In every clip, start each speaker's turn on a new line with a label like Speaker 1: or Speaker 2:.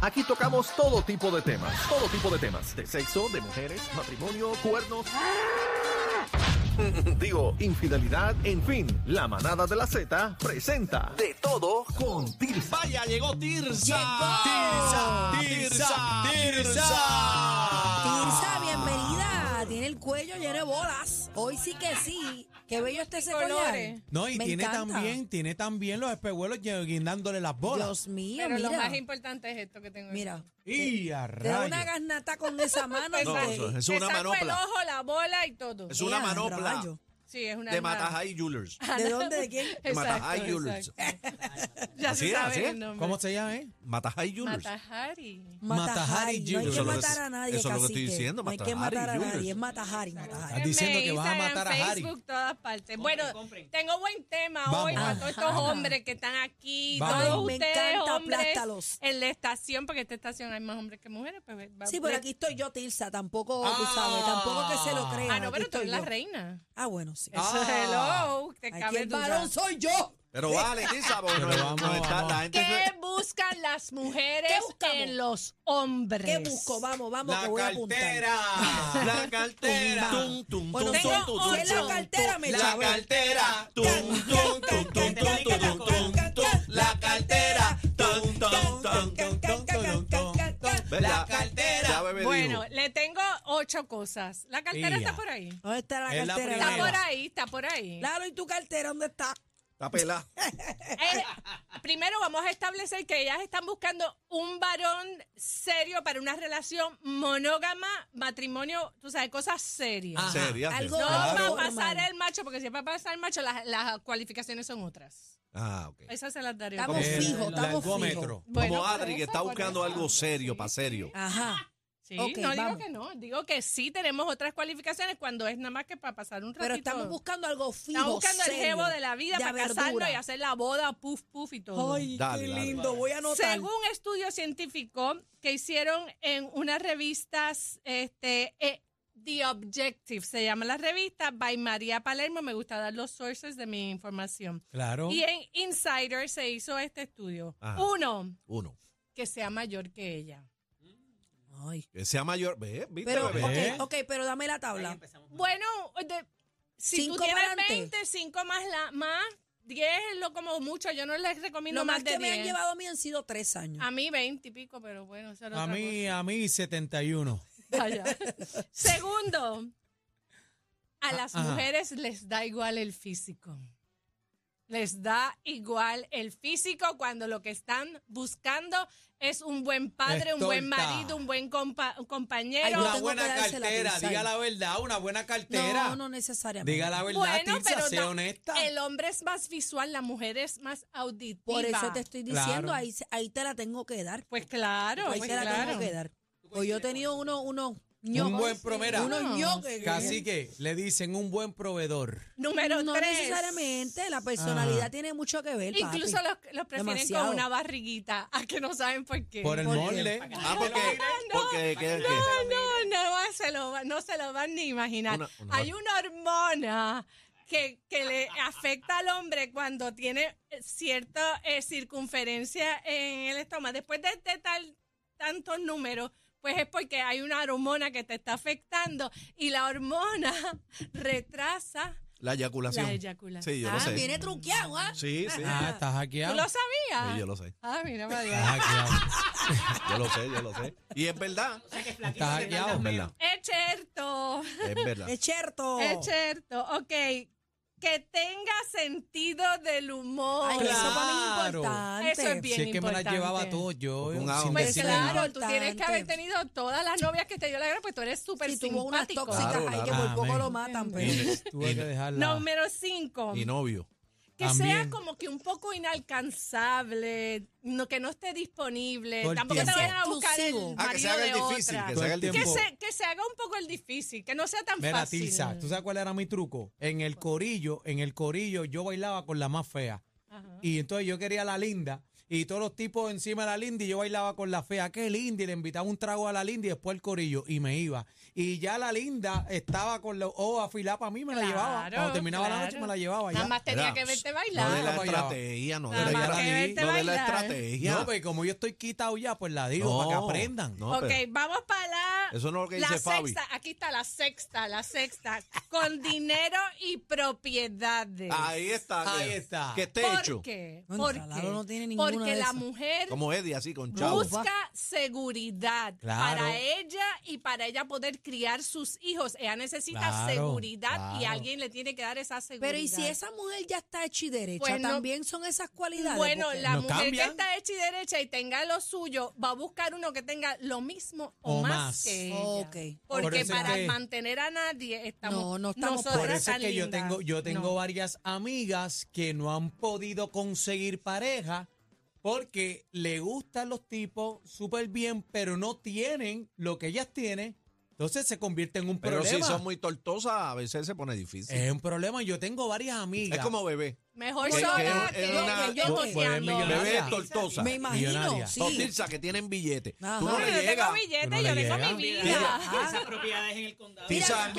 Speaker 1: Aquí tocamos todo tipo de temas, todo tipo de temas, de sexo, de mujeres, matrimonio, cuernos. Digo, infidelidad, en fin, la manada de la Z presenta de todo con Tirsa.
Speaker 2: Vaya, llegó Tirsa. Tirsa,
Speaker 3: Llegó.
Speaker 2: Tirsa,
Speaker 3: Tirsa,
Speaker 2: Tirsa.
Speaker 3: bienvenida. Tiene el cuello lleno de bolas. Hoy sí que sí. Qué bello este ese collar.
Speaker 4: Colores.
Speaker 2: No, y
Speaker 3: Me
Speaker 2: tiene
Speaker 3: encanta.
Speaker 2: también, tiene también los espejuelos lle- guindándole las bolas.
Speaker 3: Dios mío,
Speaker 4: Pero lo
Speaker 3: mira.
Speaker 4: más importante es esto que tengo. aquí.
Speaker 3: Mira.
Speaker 2: y a
Speaker 3: Te da una
Speaker 2: rayos.
Speaker 3: garnata con esa mano.
Speaker 4: Te
Speaker 2: No,
Speaker 3: que-
Speaker 4: saco-
Speaker 2: eso es
Speaker 4: te
Speaker 2: una
Speaker 4: saco
Speaker 2: manopla.
Speaker 4: el ojo, la bola y todo.
Speaker 2: Es una
Speaker 3: Ea,
Speaker 2: manopla
Speaker 3: rayo.
Speaker 4: Sí, es una.
Speaker 2: de
Speaker 4: una-
Speaker 2: Matajay Jewelers.
Speaker 3: ¿De dónde? ¿De quién?
Speaker 4: Exacto,
Speaker 2: Matajay
Speaker 4: exacto.
Speaker 2: Jewelers.
Speaker 4: Ya
Speaker 2: Así
Speaker 4: se
Speaker 2: es,
Speaker 4: sabe
Speaker 2: así es.
Speaker 4: el nombre.
Speaker 2: ¿Cómo se llama, eh? Matajay Jewelers.
Speaker 4: Matajari.
Speaker 2: Matajari
Speaker 3: Matajari. No hay
Speaker 2: Jewelers.
Speaker 3: que
Speaker 2: Eso es lo que-
Speaker 3: matar a
Speaker 2: eso
Speaker 3: nadie,
Speaker 2: es lo que estoy
Speaker 3: cacique.
Speaker 2: diciendo,
Speaker 3: No hay que
Speaker 2: Matajari
Speaker 3: matar a
Speaker 2: Jewelers.
Speaker 3: nadie. Es Matajari, Matajari.
Speaker 2: Estás diciendo que vas a
Speaker 4: Instagram,
Speaker 2: matar a Harry.
Speaker 4: Facebook, todas partes. Bueno, tengo buen tema
Speaker 2: Vamos.
Speaker 4: hoy para todos estos
Speaker 3: Ajá.
Speaker 4: hombres que están aquí.
Speaker 2: Vamos.
Speaker 4: Todos
Speaker 3: Ay, me
Speaker 4: ustedes,
Speaker 3: encanta,
Speaker 4: hombres,
Speaker 3: aplástalos.
Speaker 4: en la estación, porque en esta estación hay más hombres que mujeres. Pues, va-
Speaker 3: Sí, pero
Speaker 4: le-
Speaker 3: aquí estoy yo, Tirsa. Tampoco, tú
Speaker 2: Ah.
Speaker 3: sabes, tampoco que se lo crean.
Speaker 4: Ah, no,
Speaker 3: Aquí
Speaker 4: pero tú
Speaker 3: estoy
Speaker 4: eres la
Speaker 3: yo.
Speaker 4: reina.
Speaker 3: Ah, bueno, sí.
Speaker 4: Eso,
Speaker 2: Ah.
Speaker 4: hello. Te
Speaker 3: Aquí
Speaker 4: cabe
Speaker 3: el
Speaker 4: duda.
Speaker 3: varón soy yo.
Speaker 2: Pero vale, Tirsa, porque
Speaker 4: Pero
Speaker 2: no- no
Speaker 4: vamos,
Speaker 2: está-
Speaker 4: vamos.
Speaker 2: la gente
Speaker 4: ¿Qué
Speaker 2: se-
Speaker 4: buscan las mujeres
Speaker 3: ¿Qué buscamos?
Speaker 4: en los hombres?
Speaker 3: ¿Qué busco? Vamos, vamos, que
Speaker 2: La
Speaker 3: voy a apuntar.
Speaker 2: cartera. La cartera. Tum, tum,
Speaker 4: Pues
Speaker 3: Bueno,
Speaker 2: tum,
Speaker 3: tengo
Speaker 2: tum, tum,
Speaker 3: ocho.
Speaker 2: tum,
Speaker 3: La cartera, me
Speaker 2: tum. La
Speaker 3: chavo.
Speaker 2: cartera. Tum, tum, tum, tum, tum, tum, tum, tum. La cartera. Tum, tum, tum, tum, tum, tum, tum, tum. La
Speaker 5: Ya
Speaker 2: cartera.
Speaker 5: bebé
Speaker 4: Bueno,
Speaker 5: dijo.
Speaker 4: le tengo ocho cosas. La cartera
Speaker 2: Ella.
Speaker 4: está por ahí.
Speaker 3: ¿Dónde está la
Speaker 2: Es la
Speaker 3: cartera?
Speaker 4: Está
Speaker 2: Primera.
Speaker 4: por ahí, está por ahí.
Speaker 3: Lalo, ¿y tu cartera dónde está?
Speaker 5: Está pelada.
Speaker 4: Eh, primero vamos a establecer que ellas están buscando un varón serio para una relación monógama, matrimonio, tú sabes, cosas serias.
Speaker 2: Ajá.
Speaker 5: Seria.
Speaker 3: Algo
Speaker 4: No
Speaker 3: Claro.
Speaker 4: va a pasar
Speaker 3: Normal.
Speaker 4: el macho, porque si va a pasar el macho, las, las cualificaciones son otras.
Speaker 5: Ah, ok.
Speaker 2: Pues,
Speaker 4: Esas se las daré.
Speaker 3: Estamos
Speaker 4: Eh,
Speaker 2: El
Speaker 3: fijos, estamos
Speaker 2: largómetro.
Speaker 4: bueno,
Speaker 5: Como
Speaker 4: por
Speaker 5: Adri, que
Speaker 4: eso,
Speaker 5: está
Speaker 4: por
Speaker 5: buscando
Speaker 4: eso.
Speaker 5: algo serio, para serio.
Speaker 3: Ajá.
Speaker 4: Sí,
Speaker 3: Ok,
Speaker 4: no digo
Speaker 3: vamos.
Speaker 4: que no, digo que sí tenemos otras cualificaciones cuando es nada más que para pasar un ratito.
Speaker 3: Pero estamos buscando algo fijo.
Speaker 4: Estamos buscando el
Speaker 3: serio,
Speaker 4: jevo de la vida para
Speaker 3: verdura.
Speaker 4: casarnos y hacer la boda, puff, puff y todo.
Speaker 3: Ay,
Speaker 5: Dale,
Speaker 3: qué
Speaker 5: dale.
Speaker 3: lindo, voy a anotar.
Speaker 4: Según estudio científico que hicieron en unas revistas, este, eh, The Objective se llama la revista, by María Palermo, me gusta dar los sources de mi información.
Speaker 2: Claro.
Speaker 4: Y en Insider se hizo este estudio.
Speaker 5: Ajá.
Speaker 4: Uno,
Speaker 5: Uno.
Speaker 4: que sea mayor que ella.
Speaker 3: Ay.
Speaker 5: Que sea mayor. Ve, viste,
Speaker 3: Pero,
Speaker 5: bebé.
Speaker 2: ¿Eh?
Speaker 3: ok, ok, pero dame la tabla.
Speaker 4: Bueno, de- si tú
Speaker 3: Cinco
Speaker 4: tienes
Speaker 3: para adelante.
Speaker 4: 20, 5 más, la, más 10 es lo como mucho, yo no les recomiendo
Speaker 3: Lo más
Speaker 4: más de
Speaker 3: que me han
Speaker 4: 10.
Speaker 3: llevado a mí han sido tres años.
Speaker 4: A mí 20 y pico, pero bueno, eso era
Speaker 2: A
Speaker 4: otra
Speaker 2: mí, a mí 71.
Speaker 4: Vaya. Segundo, a las
Speaker 2: ajá.
Speaker 4: mujeres les da igual el físico. Les da igual el físico cuando lo que están buscando es un buen padre, un buen
Speaker 2: Escolta.
Speaker 4: marido, un buen compa- un
Speaker 3: Ay,
Speaker 4: compañero.
Speaker 3: no
Speaker 2: Una
Speaker 3: tengo
Speaker 2: buena
Speaker 3: que dársela,
Speaker 2: cartera,
Speaker 3: Tirsa.
Speaker 2: diga la verdad, una buena cartera.
Speaker 3: No, no necesariamente.
Speaker 2: Diga la verdad,
Speaker 4: bueno,
Speaker 2: Tirsa,
Speaker 4: pero
Speaker 2: sea
Speaker 4: da-
Speaker 2: honesta.
Speaker 4: el hombre es más visual, la mujer es más auditiva.
Speaker 3: Por eso te estoy
Speaker 2: Claro.
Speaker 3: diciendo, ahí, se- ahí te la tengo que dar.
Speaker 4: Pues claro,
Speaker 3: ahí
Speaker 4: pues
Speaker 3: te la
Speaker 4: claro.
Speaker 3: tengo que dar. Pues yo he tenido uno, uno, ño-
Speaker 2: Un buen promera.
Speaker 3: unos ñoques.
Speaker 2: Casi que le dicen un buen proveedor.
Speaker 4: Número
Speaker 3: no
Speaker 4: tres.
Speaker 3: necesariamente, la personalidad
Speaker 2: Ah.
Speaker 3: tiene mucho que ver. papi.
Speaker 4: Incluso los, los prefieren
Speaker 3: Demasiado.
Speaker 4: con una barriguita, a que no saben por qué.
Speaker 2: Por el
Speaker 3: ¿Por qué?
Speaker 2: molde.
Speaker 5: Ah, porque.
Speaker 4: No,
Speaker 5: porque ¿qué,
Speaker 4: No,
Speaker 5: qué?
Speaker 4: Ah, no, no se lo, va- no se lo van ni a imaginar.
Speaker 5: Una- una-
Speaker 4: Hay una hormona que, que le afecta al hombre cuando tiene cierta eh, circunferencia en el estómago. Después de, de tal, tantos números, pues es porque hay una hormona que te está afectando y la hormona retrasa
Speaker 5: La eyaculación.
Speaker 4: la eyaculación.
Speaker 5: Sí, yo
Speaker 3: Ah,
Speaker 5: lo sé.
Speaker 3: viene truqueado, ¿ah?
Speaker 5: Sí, sí.
Speaker 2: Ah, estás hackeado.
Speaker 4: ¿Tú lo
Speaker 5: Sí, yo
Speaker 4: sabías?
Speaker 5: lo sé.
Speaker 4: Ah, mira, María.
Speaker 2: Estás hackeado.
Speaker 5: Yo lo sé, yo lo sé. Y es verdad.
Speaker 2: Estás hackeado.
Speaker 5: Es verdad.
Speaker 4: Es cierto.
Speaker 5: Es verdad.
Speaker 3: Es cierto.
Speaker 4: Es cierto, ok. Que tenga sentido del humor.
Speaker 3: Ay, eso para mí es
Speaker 2: Claro.
Speaker 3: importante.
Speaker 4: Eso es bien
Speaker 2: Si es que me
Speaker 4: importante.
Speaker 2: la llevaba todo yo.
Speaker 5: Con un
Speaker 2: sin
Speaker 5: ajo.
Speaker 4: Pues
Speaker 2: decirle
Speaker 3: Claro.
Speaker 2: nada.
Speaker 4: claro, tú tienes que haber
Speaker 3: importante.
Speaker 4: tenido todas las novias que te dio la gana, pues tú eres súper
Speaker 3: Si tuvo unas
Speaker 4: simpático.
Speaker 3: tóxicas
Speaker 5: Claro,
Speaker 3: ahí que
Speaker 2: claro.
Speaker 3: por poco
Speaker 2: Amén.
Speaker 3: lo matan,
Speaker 4: pues.
Speaker 3: pero
Speaker 2: Y Tuve que dejarla.
Speaker 4: Número cinco,
Speaker 5: Y novio.
Speaker 4: que sea
Speaker 2: también.
Speaker 4: como que un poco inalcanzable, no, que no esté disponible,
Speaker 2: Todo el
Speaker 4: tampoco te
Speaker 2: tiempo.
Speaker 4: vayan a buscar el
Speaker 3: Exclusivo.
Speaker 5: Ah, que se
Speaker 4: marido
Speaker 5: haga
Speaker 4: de
Speaker 5: el difícil.
Speaker 4: otra.
Speaker 5: Que
Speaker 2: Todo el
Speaker 5: se haga el
Speaker 2: tiempo.
Speaker 4: Que
Speaker 5: difícil.
Speaker 4: se, que se haga un poco el difícil, que no sea tan
Speaker 2: Mira,
Speaker 4: fácil.
Speaker 2: Tirsa, ¿tú sabes cuál era mi truco? En el corillo, en el corillo, yo bailaba con la más fea.
Speaker 4: Ajá.
Speaker 2: Y entonces yo quería la linda.
Speaker 6: Y todos los tipos encima de la Lindy, yo bailaba con la fea, que Lindy, le invitaba un trago a la Lindy, después el corillo, y me iba. Y ya la linda estaba con los ojos afilados para mí, me la llevaba.
Speaker 4: Claro,
Speaker 6: Cuando terminaba la
Speaker 4: claro.
Speaker 6: noche me la llevaba.
Speaker 4: Nada
Speaker 6: ya.
Speaker 4: más tenía
Speaker 5: Era,
Speaker 4: que
Speaker 5: No
Speaker 4: verte
Speaker 5: de
Speaker 4: bailar.
Speaker 5: la
Speaker 6: Bailaba.
Speaker 5: estrategia, no de
Speaker 4: Nada
Speaker 5: la
Speaker 4: más que
Speaker 5: estrategia.
Speaker 4: verte
Speaker 5: No de la
Speaker 4: bailar.
Speaker 5: estrategia.
Speaker 6: No, pero como yo estoy quitado ya, pues la digo,
Speaker 5: No,
Speaker 6: para que aprendan.
Speaker 5: no,
Speaker 4: ok,
Speaker 5: pero-
Speaker 4: vamos para la,
Speaker 5: Eso no es lo que
Speaker 4: la
Speaker 5: dice
Speaker 4: sexta.
Speaker 5: Fabi.
Speaker 4: Aquí está la sexta, la sexta. con dinero y propiedades.
Speaker 5: Ahí está.
Speaker 6: Ahí
Speaker 5: que-
Speaker 6: está.
Speaker 5: Que esté
Speaker 4: ¿Por
Speaker 5: hecho.
Speaker 4: qué?
Speaker 3: Contra,
Speaker 4: ¿Por
Speaker 3: Lalo
Speaker 4: qué?
Speaker 3: no tiene ninguna
Speaker 4: Porque
Speaker 3: de
Speaker 4: la
Speaker 3: esas.
Speaker 4: mujer
Speaker 5: Como Eddie, así con chavo.
Speaker 3: Bus-
Speaker 4: busca seguridad
Speaker 6: Claro.
Speaker 4: para ella y para ella poder criar sus hijos. Ella necesita
Speaker 6: Claro,
Speaker 4: seguridad y
Speaker 6: claro.
Speaker 4: alguien le tiene que dar esa seguridad.
Speaker 3: Pero y si esa mujer ya está hecha y derecha,
Speaker 4: Pues no-
Speaker 3: también son esas cualidades.
Speaker 4: Bueno,
Speaker 3: Porque-
Speaker 4: la
Speaker 6: No
Speaker 4: mujer
Speaker 6: cambian.
Speaker 4: que está hecha y derecha y tenga lo suyo, va a buscar uno que tenga lo mismo o,
Speaker 6: O
Speaker 4: más,
Speaker 6: más.
Speaker 4: que ella.
Speaker 3: Ok.
Speaker 4: Porque
Speaker 6: Por eso es
Speaker 4: para
Speaker 6: que-
Speaker 4: mantener a nadie estamos
Speaker 3: No, no estamos
Speaker 4: nosotras
Speaker 6: Por eso es
Speaker 4: tan
Speaker 6: que yo
Speaker 4: lindas.
Speaker 6: tengo, yo tengo
Speaker 4: No.
Speaker 6: varias amigas que no han podido conseguir pareja porque le gustan los tipos súper bien, pero no tienen lo que ellas tienen. Entonces se convierte en un
Speaker 5: Pero si
Speaker 6: problema.
Speaker 5: son muy tortosas, a veces se pone
Speaker 4: Eh,
Speaker 5: difícil.
Speaker 6: Es un problema. Yo tengo varias amigas.
Speaker 5: Es como bebé.
Speaker 4: mejor
Speaker 5: Que-
Speaker 4: sola
Speaker 5: que
Speaker 4: que,
Speaker 5: es
Speaker 4: yo,
Speaker 5: una-
Speaker 4: que yo
Speaker 5: no,
Speaker 4: toqueando.
Speaker 6: puede
Speaker 5: Bebé
Speaker 6: millonaria.
Speaker 5: es tortosa.
Speaker 3: me imagino,
Speaker 6: millonaria.
Speaker 3: sí.
Speaker 5: Tortilza que tienen billetes.
Speaker 3: Ajá.
Speaker 5: Tú no
Speaker 4: Pero
Speaker 5: le
Speaker 4: yo tengo
Speaker 5: llegas.
Speaker 4: billetes,
Speaker 6: Tú no
Speaker 4: yo
Speaker 6: le
Speaker 4: tengo
Speaker 6: llegas.
Speaker 4: mi vida.
Speaker 3: Mira,
Speaker 7: Esas propiedades en el condado.
Speaker 5: Tisa
Speaker 3: mira,
Speaker 5: es
Speaker 3: ¿tú sabes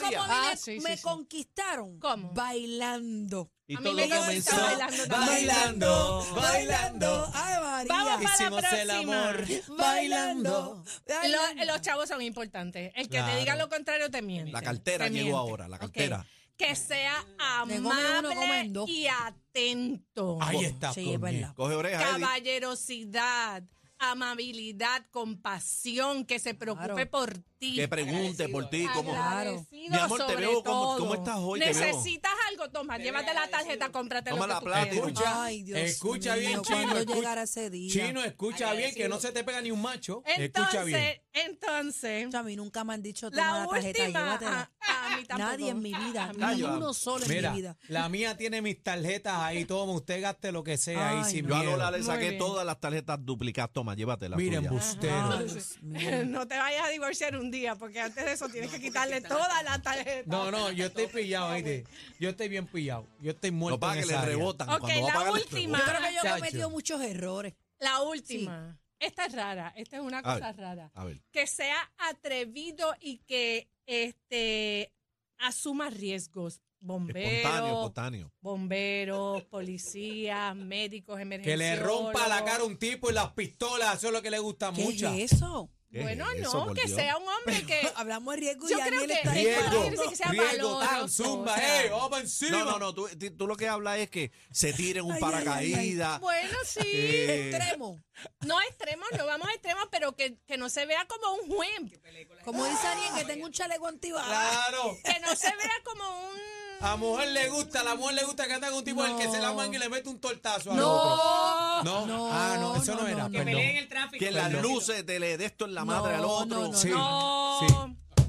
Speaker 5: millonaria.
Speaker 3: cómo me-
Speaker 7: Ah, sí, sí,
Speaker 3: me
Speaker 7: sí.
Speaker 3: conquistaron?
Speaker 4: ¿Cómo?
Speaker 3: Bailando.
Speaker 5: Y
Speaker 4: A mí
Speaker 5: todo
Speaker 4: me
Speaker 5: comenzó.
Speaker 4: comenzó bailando también.
Speaker 6: bailando,
Speaker 3: Bailando.
Speaker 6: bailando.
Speaker 3: Ay, María.
Speaker 4: Vamos para la
Speaker 6: Hicimos el
Speaker 4: próxima.
Speaker 6: amor bailando.
Speaker 4: Lo-
Speaker 3: bailando.
Speaker 4: los chavos son importantes. El que te
Speaker 6: Claro.
Speaker 4: diga lo contrario te miente.
Speaker 5: La cartera
Speaker 4: Te
Speaker 5: llegó
Speaker 4: miente.
Speaker 5: ahora, la
Speaker 4: Ok.
Speaker 5: cartera.
Speaker 4: Que sea
Speaker 3: De come uno, comen
Speaker 4: amable
Speaker 3: dos.
Speaker 4: y atento.
Speaker 6: Ahí está.
Speaker 3: Sí, es
Speaker 6: coño.
Speaker 3: verdad.
Speaker 5: Coge oreja, Eddie.
Speaker 4: Caballerosidad, amabilidad, compasión, que se preocupe
Speaker 3: Claro.
Speaker 4: por ti.
Speaker 5: Que pregunte por ti.
Speaker 4: Agradecido
Speaker 5: ¿Cómo?
Speaker 3: Claro.
Speaker 5: Mi amor, te
Speaker 4: sobre
Speaker 5: veo, ¿cómo-
Speaker 4: todo.
Speaker 5: cómo estás hoy? Te veo.
Speaker 4: Necesitas algo, toma, llévate la tarjeta, cómprate
Speaker 5: Toma
Speaker 4: lo que
Speaker 5: la
Speaker 4: tú
Speaker 5: plata,
Speaker 4: quieras.
Speaker 5: escucha.
Speaker 3: Ay, Dios
Speaker 6: Escucha
Speaker 3: mío,
Speaker 6: bien,
Speaker 3: cuando
Speaker 6: Chino, escucha-
Speaker 3: llegara ese día.
Speaker 6: Chino, escucha bien, que no se te pega ni un macho. escucha bien.
Speaker 4: Entonces, entonces,
Speaker 6: eh.
Speaker 3: Escucha, a mí nunca me han dicho toma
Speaker 4: la
Speaker 3: la tarjeta,
Speaker 4: última. ah,
Speaker 3: llévatela.
Speaker 4: a- a mí tampoco.
Speaker 3: Nadie en mi vida,
Speaker 5: Ah,
Speaker 3: ni
Speaker 5: yo-
Speaker 3: uno solo en
Speaker 6: Mira,
Speaker 3: mi vida.
Speaker 6: la mía tiene mis tarjetas ahí, toma, usted gaste lo que sea ahí
Speaker 3: Ay,
Speaker 6: sin
Speaker 5: Yo a
Speaker 6: miedo.
Speaker 5: Lola le
Speaker 4: Muy
Speaker 5: saqué
Speaker 4: bien.
Speaker 5: todas las tarjetas duplicadas. Toma, llévatela.
Speaker 6: Miren,
Speaker 5: tuya.
Speaker 6: bustero.
Speaker 3: Ay, Dios mío.
Speaker 4: No te vayas a divorciar un día, porque antes de eso tienes que quitarle toda la tarjeta.
Speaker 6: No, no, yo estoy pillado, ¿viste? Yo estoy bien pillado. Yo estoy muerto.
Speaker 5: No para
Speaker 6: en
Speaker 5: que
Speaker 6: esa
Speaker 5: le
Speaker 6: área.
Speaker 5: rebotan.
Speaker 4: Ok,
Speaker 5: Cuando va
Speaker 4: la
Speaker 5: a pagar, le
Speaker 4: última.
Speaker 3: Yo
Speaker 5: rebotan.
Speaker 3: creo que yo he
Speaker 6: Chacho.
Speaker 3: cometido muchos errores.
Speaker 4: La última. Esta es rara, esta es una
Speaker 5: A
Speaker 4: cosa
Speaker 5: ver.
Speaker 4: rara.
Speaker 5: A ver.
Speaker 4: Que sea atrevido y que este asuma riesgos.
Speaker 5: Espontáneo,
Speaker 4: Bomberos,
Speaker 5: espontáneo.
Speaker 4: bomberos, policías, médicos,
Speaker 6: Que
Speaker 4: emergencias.
Speaker 6: le rompa la cara a un tipo y las pistolas, eso es lo que le gusta
Speaker 3: ¿Qué
Speaker 6: mucho.
Speaker 3: es eso?
Speaker 5: ¿Qué
Speaker 4: Bueno,
Speaker 5: es eso,
Speaker 4: no,
Speaker 5: por
Speaker 4: que
Speaker 5: Dios?
Speaker 4: sea un hombre que.
Speaker 3: Hablamos de riesgo y
Speaker 4: Eh, Yo creo
Speaker 3: Daniel
Speaker 4: que-
Speaker 3: está
Speaker 4: Riesgo.
Speaker 5: Riego,
Speaker 4: decir que sea
Speaker 5: riego,
Speaker 4: valoroso,
Speaker 6: Tan zumba,
Speaker 4: o sea.
Speaker 6: eh, vamos pa' encima.
Speaker 5: No, no, no, tú, ti- tú lo que hablas es que se tiren un
Speaker 3: Ay, ay, ay, ay.
Speaker 5: paracaídas.
Speaker 4: Bueno, sí.
Speaker 5: eh,
Speaker 3: extremo.
Speaker 4: No extremos, no vamos a extremos, pero que, que no se vea como un juez.
Speaker 3: Como dice Ariel, que tengo un chaleco antibalas.
Speaker 6: Claro.
Speaker 4: Que no se vea como un.
Speaker 6: A mujer le gusta, a la mujer le gusta que anda con un tipo al que se la
Speaker 3: No.
Speaker 6: manga y le mete un tortazo al otro.
Speaker 3: No,
Speaker 6: No,
Speaker 3: No,
Speaker 6: ah, no, eso no,
Speaker 3: no,
Speaker 6: era.
Speaker 3: no,
Speaker 7: Que
Speaker 6: perdón.
Speaker 7: peleen en el tráfico.
Speaker 5: que las
Speaker 7: Perdón.
Speaker 5: luces te le de esto en la
Speaker 3: No,
Speaker 5: madre al otro.
Speaker 3: no, no,
Speaker 6: Sí.
Speaker 4: No.
Speaker 6: Sí.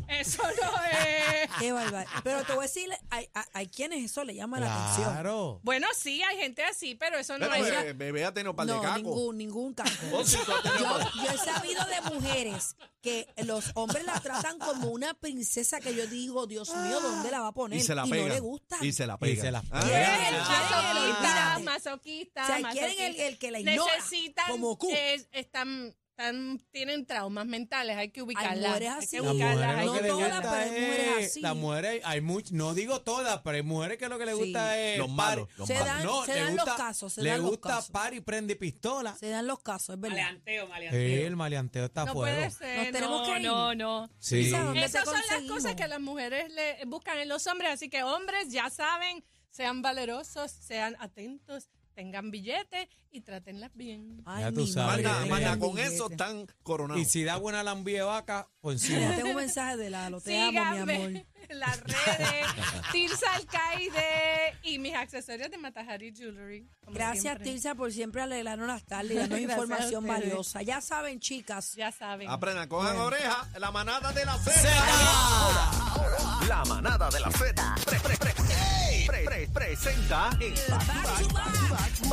Speaker 4: Eso no es.
Speaker 3: qué barbaridad. Pero te voy a decir, hay, hay- hay quienes eso le llama la atención.
Speaker 6: Claro.
Speaker 4: Bueno, sí, hay gente así, pero eso no
Speaker 5: Pero
Speaker 4: es.
Speaker 5: bebé, bebé ha tenido un par de
Speaker 3: No,
Speaker 5: cacos.
Speaker 3: ningún, ningún caco.
Speaker 5: Oh, sí, tú has tenido
Speaker 3: Yo,
Speaker 5: par-
Speaker 3: yo he sabido de mujeres que los hombres la tratan como una princesa que yo digo, Dios mío, ¿dónde la va a poner?
Speaker 5: Y se la pega.
Speaker 3: no le gusta.
Speaker 5: Y se la pega.
Speaker 6: se la
Speaker 5: Ah,
Speaker 6: pega.
Speaker 4: Quieren
Speaker 3: Ah,
Speaker 4: masoquistas,
Speaker 3: olvídate.
Speaker 4: masoquistas,
Speaker 3: O sea,
Speaker 4: masoquistas.
Speaker 3: quieren el- el que la ignora,
Speaker 4: Necesitan,
Speaker 3: como Q.
Speaker 4: es- están, están- tienen traumas mentales, hay que
Speaker 3: Hay
Speaker 4: ubicarlas.
Speaker 3: mujeres
Speaker 4: hay
Speaker 3: así.
Speaker 4: que
Speaker 6: La
Speaker 4: ubicarlas,
Speaker 6: mujer
Speaker 4: hay
Speaker 6: lo
Speaker 3: no
Speaker 6: que le
Speaker 4: que
Speaker 3: todas,
Speaker 6: gusta
Speaker 4: ubicarlas.
Speaker 3: pero hay mujeres
Speaker 6: es,
Speaker 3: así.
Speaker 6: la mujer hay much- no digo todas, pero hay mujeres que lo que le
Speaker 3: Sí.
Speaker 6: gusta es
Speaker 5: Los malos, los
Speaker 3: Se
Speaker 5: malos.
Speaker 3: dan,
Speaker 6: No,
Speaker 3: se
Speaker 6: le
Speaker 3: dan
Speaker 6: gusta,
Speaker 3: los casos, se
Speaker 6: le
Speaker 3: dan los
Speaker 6: gusta
Speaker 3: casos.
Speaker 6: par y prende pistola.
Speaker 3: Se dan los casos, es verdad.
Speaker 7: Maleanteo, maleanteo.
Speaker 6: El maleanteo está
Speaker 4: No
Speaker 6: fuego.
Speaker 4: puede ser.
Speaker 3: Nos tenemos
Speaker 4: no,
Speaker 3: que ir.
Speaker 4: no, no.
Speaker 6: Sí.
Speaker 3: Isa, ¿dónde te
Speaker 4: Esas son las
Speaker 3: conseguimos?
Speaker 4: cosas que las mujeres le buscan en los hombres, así que hombres ya saben, sean valerosos, sean atentos, tengan billetes y trátenlas bien.
Speaker 3: Ay,
Speaker 6: Ya tú
Speaker 3: mi
Speaker 6: sabes.
Speaker 3: madre,
Speaker 5: Manda,
Speaker 6: Ay,
Speaker 5: manda,
Speaker 6: ay,
Speaker 5: con
Speaker 3: billete.
Speaker 5: eso están coronados.
Speaker 6: Y si da buena lambie vaca, por encima.
Speaker 3: Mira, tengo un mensaje de Lalo. Te amo, mi amor.
Speaker 4: Síganme en las redes, Tirsa Alcaide y mis accesorios de Matajari Jewelry. como
Speaker 3: Gracias,
Speaker 4: siempre.
Speaker 3: Tirsa, por siempre alegrarnos las tardes y darnos
Speaker 4: Gracias a
Speaker 3: información
Speaker 4: ustedes.
Speaker 3: valiosa. Ya saben, chicas.
Speaker 4: Ya saben.
Speaker 5: Aprendan, cojan oreja, la manada de la
Speaker 1: La manada de la Z pre- pre- pre- pre- pre- presenta el back to back